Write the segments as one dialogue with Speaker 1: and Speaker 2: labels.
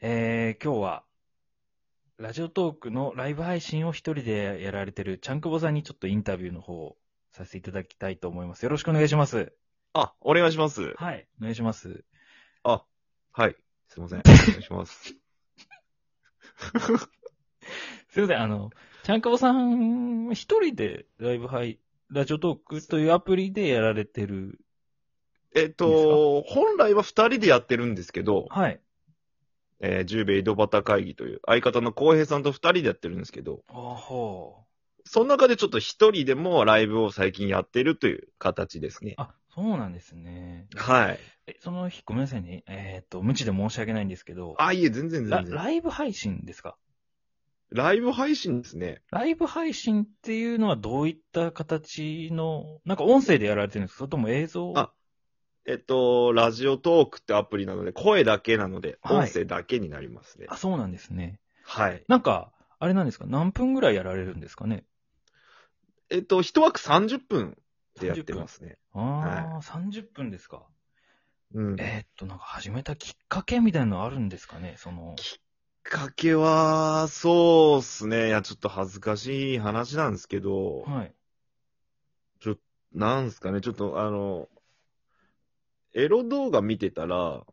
Speaker 1: えー、今日は、ラジオトークのライブ配信を一人でやられてるちゃんくぼさんにちょっとインタビューの方をさせていただきたいと思います。よろしくお願いします。
Speaker 2: あ、お願いします。
Speaker 1: はい。お願いします。
Speaker 2: あ、はい。すいません。 お願いします。
Speaker 1: すいません、あの、ちゃんくぼさん、一人でライブ配、ラジオトークというアプリでやられてる。
Speaker 2: えっと、本来は二人でやってるんですけど、
Speaker 1: はい。
Speaker 2: えー、十兵衛井戸端会議という相方の浩平さんと二人でやってるんですけど、
Speaker 1: あほ
Speaker 2: その中でちょっと一人でもライブを最近やってるという形ですね。
Speaker 1: あ、そうなんですね。
Speaker 2: はい。
Speaker 1: え、その日、ごめんなさいね。えっ、と、無知で申し訳ないんですけど、
Speaker 2: あ、いえ、全然
Speaker 1: ラ
Speaker 2: 全然。
Speaker 1: ライブ配信ですか
Speaker 2: ライブ配信ですね。
Speaker 1: ライブ配信っていうのはどういった形の、なんか音声でやられてるんですかそれとも映像
Speaker 2: あえっと、ラジオトークってアプリなので、声だけなので、
Speaker 1: はい
Speaker 2: 音声だけになりますね。
Speaker 1: あそうなんですね。
Speaker 2: はい。
Speaker 1: なんか、あれなんですか何分ぐらいやられるんですかね
Speaker 2: えっと、一枠30分でやってますね。
Speaker 1: ああ、30分ですか。
Speaker 2: うん。
Speaker 1: えーっと、なんか始めたきっかけみたいなのあるんですかねその、
Speaker 2: きっかけは、そうっすね。いや、ちょっと恥ずかしい話なんですけど、
Speaker 1: はい。
Speaker 2: なんすかね、ちょっとあの、エロ動画見てたら、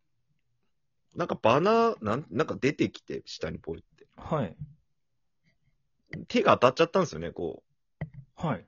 Speaker 2: なんかバナー、なんなんか出てきて、下にポイって。
Speaker 1: はい。
Speaker 2: 手が当たっちゃったんですよね、こ
Speaker 1: はい。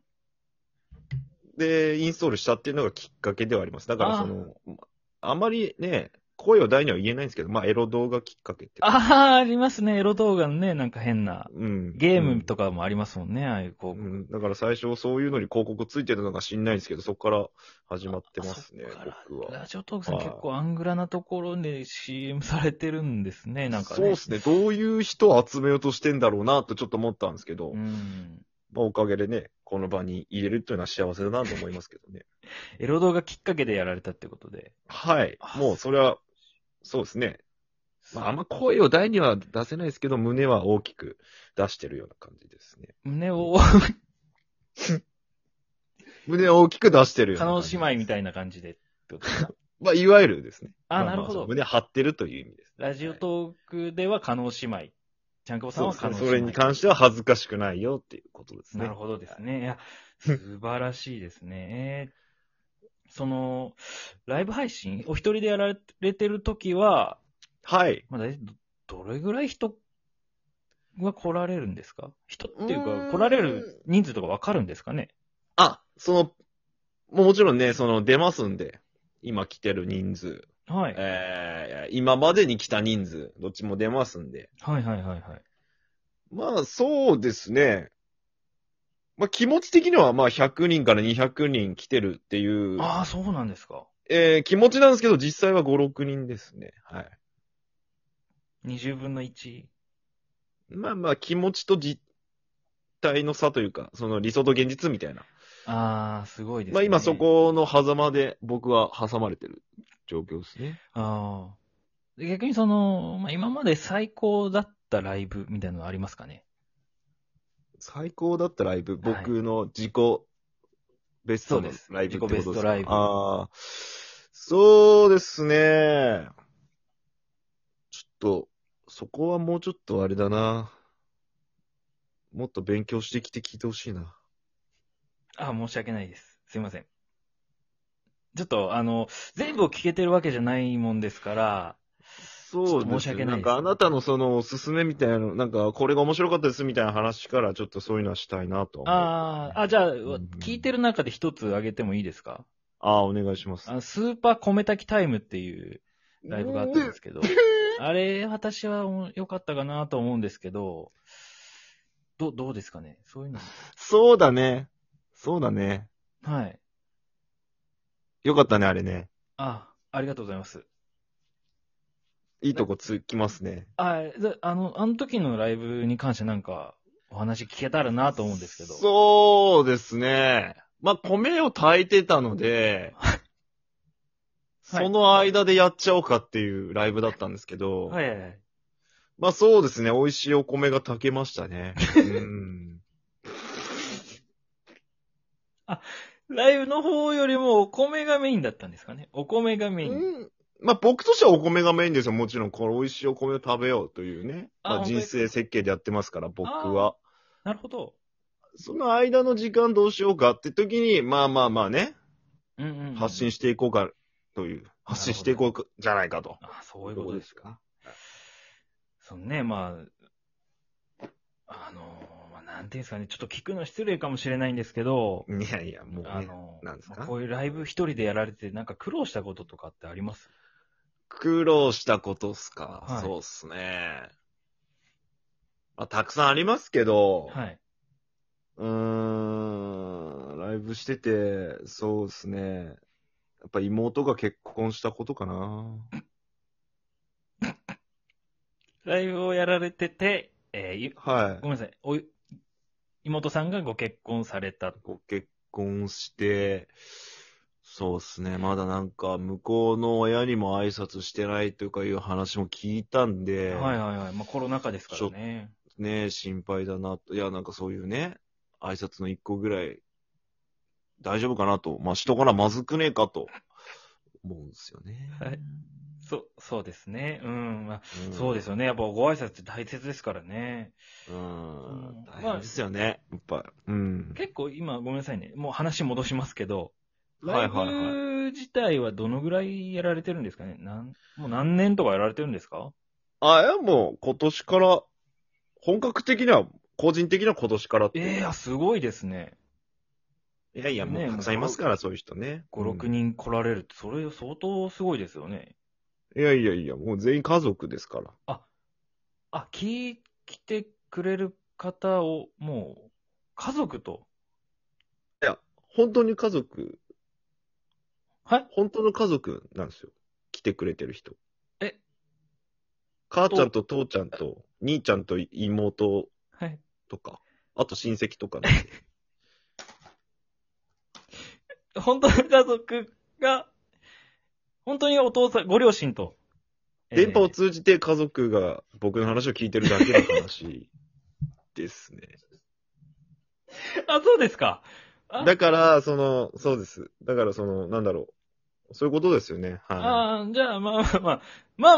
Speaker 2: う。で、インストールしたっていうのがきっかけではあります。だから
Speaker 1: あー
Speaker 2: その、あまりね、声を大には言えないんですけど、まあ、エロ動画きっかけって。
Speaker 1: ああ、ありますね。エロ動画のね、なんか変な。
Speaker 2: うん。
Speaker 1: ゲームと
Speaker 2: か。
Speaker 1: かもありますもんね、ああいうこ
Speaker 2: う
Speaker 1: う。
Speaker 2: ん、だから最初そういうのに広告ついてたのか知んないんですけど、そこから始まってますね
Speaker 1: あそっか、
Speaker 2: 僕は。
Speaker 1: ラジオトークさん
Speaker 2: はい
Speaker 1: 結構アングラなところで CM されてるんですね、なんかね。
Speaker 2: そうですね。どういう人を集めようとしてんだろうなとちょっと思ったんですけど、
Speaker 1: うん。
Speaker 2: まあおかげでね、この場に入れるっていうのは幸せだなと思いますけどね。
Speaker 1: エロ動画きっかけでやられたってことで。
Speaker 2: はい
Speaker 1: あ。
Speaker 2: もうそれは、そうですね。まああんま声を大には出せないですけど、胸は大きく出してるような感じですね。
Speaker 1: 胸を、
Speaker 2: 胸を大きく出してるよう
Speaker 1: カ
Speaker 2: な
Speaker 1: ノ
Speaker 2: 感
Speaker 1: 姉
Speaker 2: じ。
Speaker 1: 妹みたいな感じでってこと ですか
Speaker 2: まあいわゆるですね。
Speaker 1: あ、
Speaker 2: ま
Speaker 1: な
Speaker 2: ま
Speaker 1: るほ
Speaker 2: そ
Speaker 1: ど
Speaker 2: う。胸張ってるという意味ですね、
Speaker 1: ラジオトークではカノ姉妹。ちゃんかぼさん
Speaker 2: そう
Speaker 1: は
Speaker 2: です
Speaker 1: カ
Speaker 2: ね。
Speaker 1: ノ
Speaker 2: そ
Speaker 1: 姉妹。
Speaker 2: れに関しては恥ずかしくないよっていうことですね。
Speaker 1: なるほどですね。いや、素晴らしいですね。えーその、ライブ配信、お一人でやられてるときは、
Speaker 2: はい。
Speaker 1: まあ、大体ど、どれぐらい人が来られるんですか人っていう
Speaker 2: うー
Speaker 1: か、
Speaker 2: ん
Speaker 1: 来られる人数とかわかるんですかね
Speaker 2: あ、その、もうもちろんね、その出ますんで、今来てる人数、
Speaker 1: はい。
Speaker 2: えー、今までに来た人数、どっちも出ますんで。
Speaker 1: はいはいはいはい。
Speaker 2: まあ、そうですね。まあ、気持ち的には、まあ、100人から200人来てるっていう、
Speaker 1: ああ、そうなんですか。
Speaker 2: えー、気持ちなんですけど、実際は5、6人ですね。はい。
Speaker 1: 20分の1。
Speaker 2: まあまあ、気持ちと実態の差というか、その理想と現実みたいな。
Speaker 1: ああ、すごいですね。
Speaker 2: まあ、今そ。この狭間で僕は挟まれてる状況ですね。
Speaker 1: ああ。で逆にその、まあ、今まで最高だったライブみたいなのはありますかね
Speaker 2: 最高だったライブ、
Speaker 1: はい
Speaker 2: 僕の自己ベストのライブってことで
Speaker 1: そうです自己ベ
Speaker 2: すか
Speaker 1: ストライブ
Speaker 2: ああ、そうですね。ちょっと、そこはもうちょっとあれだな。もっと勉強してきて聞いてほしいな。
Speaker 1: ああ、申し訳ないです。すいません。ちょっと、あの、全部を聞けてるわけじゃないもんですから、
Speaker 2: そう
Speaker 1: ちょっと
Speaker 2: ですね。
Speaker 1: 申し訳ない
Speaker 2: な
Speaker 1: で
Speaker 2: ん
Speaker 1: す
Speaker 2: かあなたのそのおすすめみたいなの、なんかこれが面白かったですみたいな話からちょっとそういうのはしたいなとは思う。あ
Speaker 1: ああ、あ、じゃあ、
Speaker 2: ん
Speaker 1: 聞いてる中で一つ挙げてもいいですか
Speaker 2: あー、お願いします
Speaker 1: あ。のスーパー米炊きタイムっていうライブがあったんですけど、あれ、私は良かったかなと思うんですけど、ど、どうですかねそういうの。
Speaker 2: そうだね。そうだね。
Speaker 1: はい。
Speaker 2: よかったね、あれね。
Speaker 1: あ、ありがとうございます。
Speaker 2: いいとこつきますね。
Speaker 1: あ、であの、あの時のライブに関してなんか、お話聞けたらなと思うんですけど。う。
Speaker 2: そうですね。まあ、米を炊いてたの で、
Speaker 1: はい
Speaker 2: その間でやっちゃおうかっていうライブだったんですけど、
Speaker 1: はいはいはい。
Speaker 2: まあそうですね、美味しいお米が炊けました ね。うん
Speaker 1: ライブの方よりもお米がメインだったんですかねお米がメイン。
Speaker 2: うんまあ僕としてはお米がメインですよ。もちろん、これ美味しいお米を食べようというね。
Speaker 1: あ
Speaker 2: まあ、
Speaker 1: 本当
Speaker 2: 人
Speaker 1: ですか
Speaker 2: 生設計でやってますから、僕は。
Speaker 1: なるほど。
Speaker 2: その間の時間どうしようかって時に、まあまあまあね、
Speaker 1: うんうんうん。
Speaker 2: 発信していこうかという、発信していこうかじゃないかと。
Speaker 1: あ、そういうことですか。
Speaker 2: か。
Speaker 1: そのね、まあ、あの、まあ、なんていうんですかね、ちょっと聞くの失礼かもしれないんですけど、
Speaker 2: いやいや、もう
Speaker 1: あ
Speaker 2: ね、
Speaker 1: の、
Speaker 2: なんですか
Speaker 1: こういうライブ一人でやられて、なんか苦労したこととかってあります
Speaker 2: 苦労したことっすか。
Speaker 1: はい
Speaker 2: そうっすね。まあ、たくさんありますけど、
Speaker 1: はい。
Speaker 2: うーん、ライブしてて、そうですね。やっぱ妹が結婚したことかな。
Speaker 1: ライブをやられてて、えーい
Speaker 2: は
Speaker 1: ごめ
Speaker 2: い。
Speaker 1: んなさい、おい、妹さんがご結婚された。
Speaker 2: ご結婚して、そうですね。まだなんか、向こうの親にも挨拶してないとかいう話も聞いたんで、
Speaker 1: はいはいはい。まあコロナ禍ですからね。
Speaker 2: ね、心配だなと。いや、なんかそういうね、挨拶の一個ぐらい、大丈夫かなと。まあ、しとかなまずくねえかと、思うんですよね。
Speaker 1: はいそう、そうですね。うん。まあ、
Speaker 2: うん
Speaker 1: そうですよね。やっぱご挨拶って大切ですからね。
Speaker 2: うん
Speaker 1: ん
Speaker 2: 大変ですよね、やっぱり。うん。
Speaker 1: 結構今、ごめんなさいね。もう話戻しますけど、
Speaker 2: は
Speaker 1: ラ
Speaker 2: い
Speaker 1: イ
Speaker 2: はいはい
Speaker 1: ブ自体はどのぐらいやられてるんですかねなんもう何年とかやられてるんですか
Speaker 2: あ、いや、もう今年から、本格的には、個人的には今年からって。
Speaker 1: ええすごいですね。
Speaker 2: いやいや、も
Speaker 1: ね
Speaker 2: う
Speaker 1: え
Speaker 2: たくさんいますから、そういう人ね。
Speaker 1: 5、6人来られるって、それ相当すごいですよね。
Speaker 2: うん。いやいやいや、もう全員家族ですから。
Speaker 1: あ、聞いてくれる方を、もう、家族と。
Speaker 2: いや、本当に家族、
Speaker 1: はい
Speaker 2: 本当の家族なんですよ。来てくれてる人。
Speaker 1: え
Speaker 2: 母ちゃんと父ちゃんと、兄ちゃんと妹
Speaker 1: はい。
Speaker 2: とか、あと親戚とかね、
Speaker 1: 本当の家族が、本当にお父さん、ご両親と。
Speaker 2: 電波を
Speaker 1: えー
Speaker 2: 通じて家族が僕の話を聞いてるだけの 話ですね。
Speaker 1: あ、そうですか。あ
Speaker 2: だから、その、そうです。だから、その、なんだろう。そういうことですよね。は
Speaker 1: ああ、じゃあ、まあまあまあ、まあ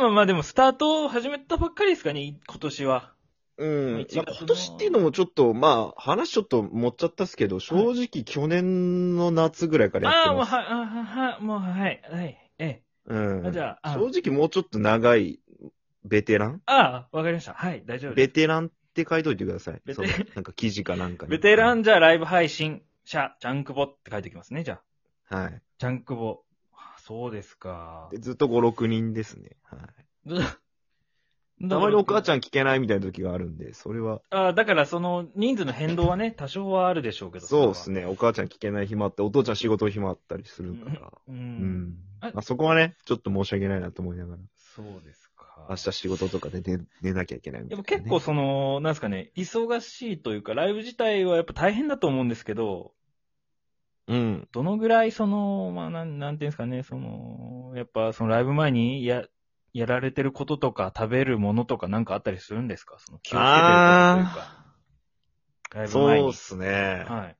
Speaker 1: まあまあ、でもスタートを始めたばっかりですかね、い今年は。
Speaker 2: い。うん。
Speaker 1: 1月
Speaker 2: ま
Speaker 1: の
Speaker 2: あ、今年っていうのもちょっと、まあ、話ちょっと持っちゃったっすけど、正直去年の夏ぐらいからやっ
Speaker 1: ああ、
Speaker 2: て
Speaker 1: もう、
Speaker 2: ます。
Speaker 1: はい、あはは、もう、はい、はい、ええ。
Speaker 2: う
Speaker 1: あ
Speaker 2: ん。
Speaker 1: じゃあ、あ
Speaker 2: 正直もうちょっと長い、ベテラン
Speaker 1: ああ、わかりました。はい、大丈夫で
Speaker 2: ベ
Speaker 1: す。
Speaker 2: テランって書いといてください。
Speaker 1: ベテ
Speaker 2: そうなんか記事かなんかに
Speaker 1: ベテランじゃあライブ配信者、ジャンクボって書いておきますね、じゃあ。
Speaker 2: はい。
Speaker 1: ジャンクボ。あそうですか
Speaker 2: で。ずっと5、6人ですね。はい。た
Speaker 1: た
Speaker 2: まにお母ち
Speaker 1: ゃん。
Speaker 2: ゃん聞けないみたいな時があるんで、それは。
Speaker 1: ああ、だからその人数の変動は ね、多少はあるでしょうけど。
Speaker 2: そうです
Speaker 1: ね。
Speaker 2: ね。お母ちゃん聞けない暇あって、お父ちゃん仕事暇あったりするから。
Speaker 1: う。
Speaker 2: うんん。
Speaker 1: あ
Speaker 2: まあ、そこはね、ちょっと申し訳ないなと思いながら。
Speaker 1: そうですか。
Speaker 2: 明日仕事とかで寝寝なきゃいけないみた
Speaker 1: や
Speaker 2: い
Speaker 1: っ
Speaker 2: な、
Speaker 1: ぱ結構、その、なんですかね、忙しいというか、ライブ自体はやっぱ大変だと思うんですけど、
Speaker 2: うん。
Speaker 1: どのぐらいその、まあ、なん、なんていうんですかね、その、やっぱそのライブ前にや、やられてることとか、食べるものとかなんかあったりするんですかその気をつけてることというか、ライ
Speaker 2: ああ、
Speaker 1: ブ前
Speaker 2: そう
Speaker 1: に
Speaker 2: っ。すね。
Speaker 1: はい。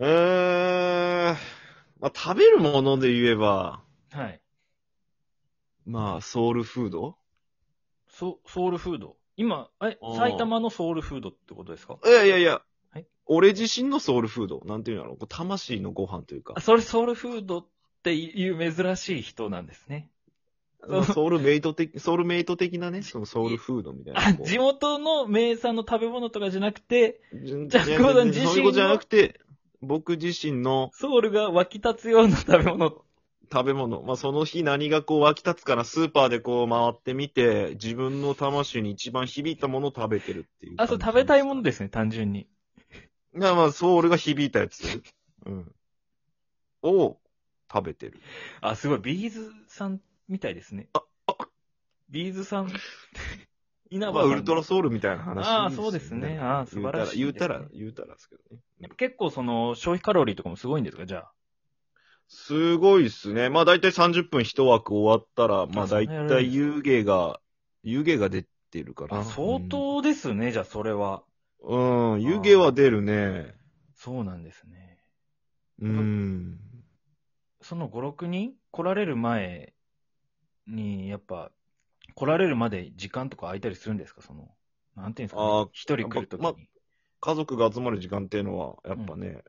Speaker 2: うーん。まあ、食べるもので言えば、
Speaker 1: はい。
Speaker 2: まあ、ソウルフード
Speaker 1: ソソウルフード。今、え
Speaker 2: あ、ー
Speaker 1: 埼玉のソウルフードってことですか
Speaker 2: いやいやいや、
Speaker 1: はい
Speaker 2: 俺自身のソウルフード。なんていうんだろう。こう魂のご飯というか
Speaker 1: あ、。それソウルフードっていう珍しい人なんですね。そう
Speaker 2: ソウルメイト的、ソウルメイト的なね、そのソウルフードみたいな。
Speaker 1: あ、
Speaker 2: こう
Speaker 1: 地元の名産の食べ物とかじゃなくて、
Speaker 2: じ
Speaker 1: じゃあ福田自身の
Speaker 2: そういうことじゃなくて、僕自身の
Speaker 1: ソウルが湧き立つような食べ物。
Speaker 2: 食べ物、まあ、その日何がこう湧き立つからスーパーでこう回ってみて、自分の魂に一番響いたものを食べてるっていう
Speaker 1: あ、そう、食べたいもの
Speaker 2: で。
Speaker 1: ですね、単純に。
Speaker 2: まあまあ、ソウルが響いたやつ。うん。を食べてる。
Speaker 1: あ、すごい、ビーズさんみたいですね。ビーズ さん。稲
Speaker 2: ま
Speaker 1: 葉
Speaker 2: あ、
Speaker 1: さん。
Speaker 2: ウルトラソウルみたいな話、
Speaker 1: ああそうですねああ素晴らしい
Speaker 2: 言うたら、
Speaker 1: ですね
Speaker 2: 言うたら、言うたらですけどね。
Speaker 1: 結構その、消費カロリーとかもすごいんですか、じゃあ。
Speaker 2: すごいっすね。まあ大体30分一枠終わったら、まあ
Speaker 1: そん
Speaker 2: 大
Speaker 1: なやるんだ
Speaker 2: 体湯気が、湯気が出てるから。
Speaker 1: あ、相当ですね、じゃあ、それは。
Speaker 2: うん。うん、湯気は出るね。
Speaker 1: そうなんですね。
Speaker 2: うん。
Speaker 1: その5、6人来られる前に、やっぱ、来られるまで時間とか空いたりするんですかその、なんていうんですか、
Speaker 2: あー
Speaker 1: ね、一人来るときに。
Speaker 2: ま家族が集まる時間っていうのは、やっぱね、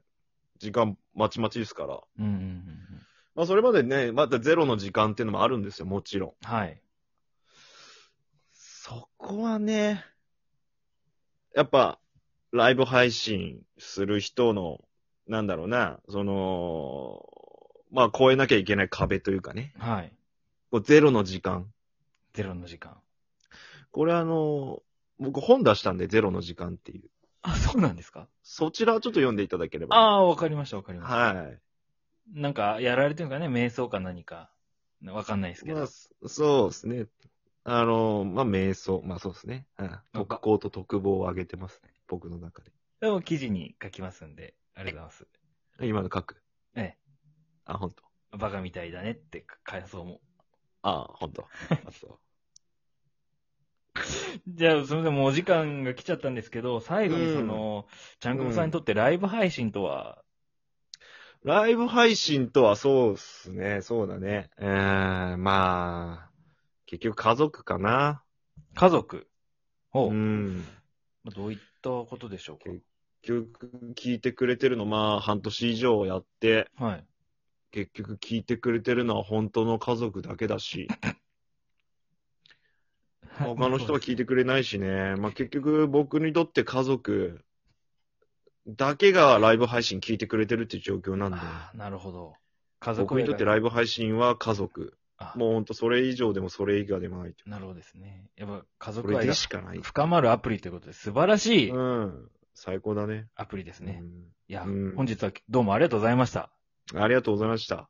Speaker 2: 時間まちまちですから。
Speaker 1: うんうんうんうん。
Speaker 2: まあ、それまでね、またゼロの時間っていうのもあるんですよ、もちろん。
Speaker 1: はい。
Speaker 2: そこはね、やっぱ、ライブ配信する人の、なんだろうな、その、まあ、越えなきゃいけない壁というかね、
Speaker 1: はい。
Speaker 2: こうゼロの時間。
Speaker 1: ゼロの時間。
Speaker 2: これあの、僕本出したんで、ゼロの時間っていう。
Speaker 1: あ、そうなんですか
Speaker 2: そちらをちょっと読んでいただければ。
Speaker 1: ああ、わかりました、わかりました。
Speaker 2: は
Speaker 1: なんか、やられてるんですかね瞑想か何か。わかんないです
Speaker 2: い。
Speaker 1: けど。
Speaker 2: まあ、そうですね。あの、まあ、瞑想。まあ、そうですね。うん。特攻と特防を上げてますね。僕の中で。
Speaker 1: でも記事に書きますんで、ありがとうござい
Speaker 2: 今の書く。
Speaker 1: ええ。
Speaker 2: あ、本当。
Speaker 1: ます。バカみたいだねって感想も。
Speaker 2: ああ、本当。あ、そう。
Speaker 1: じゃあ、すみません、もうお時間が来ちゃったんですけど、最後にその、ちゃんくぼさんにとってライブ配信とは、
Speaker 2: ライブ配信とはそうっすね、そうだね。えー、まあ、結局家族かな。
Speaker 1: 家族を、
Speaker 2: うん。
Speaker 1: どういったことでしょう
Speaker 2: 結結局聞いてくれてるの、まあ、半年以上やって、
Speaker 1: かはい。
Speaker 2: 結局聞いてくれてるのは本当の家族だけだし、他の人は聞いてくれないしね。まあ結局僕にとって家族だけがライブ配信聞いてくれてるっていう状況なんで、
Speaker 1: ああ、なるほど。家族
Speaker 2: 僕にとって
Speaker 1: イ
Speaker 2: ライブ配信は家族。
Speaker 1: あ
Speaker 2: もうほんとそれ以上でもそれ以下でもないと。
Speaker 1: なるほどですね。やっぱ家
Speaker 2: そ
Speaker 1: 族
Speaker 2: れ
Speaker 1: 愛
Speaker 2: で
Speaker 1: が
Speaker 2: しかない。
Speaker 1: 深まるアプリということで、素晴らしい
Speaker 2: うん。最高だね。
Speaker 1: アプリですね。
Speaker 2: うん
Speaker 1: いや、
Speaker 2: うん
Speaker 1: 本日はどうもありがとうございました。
Speaker 2: ありがとうございました。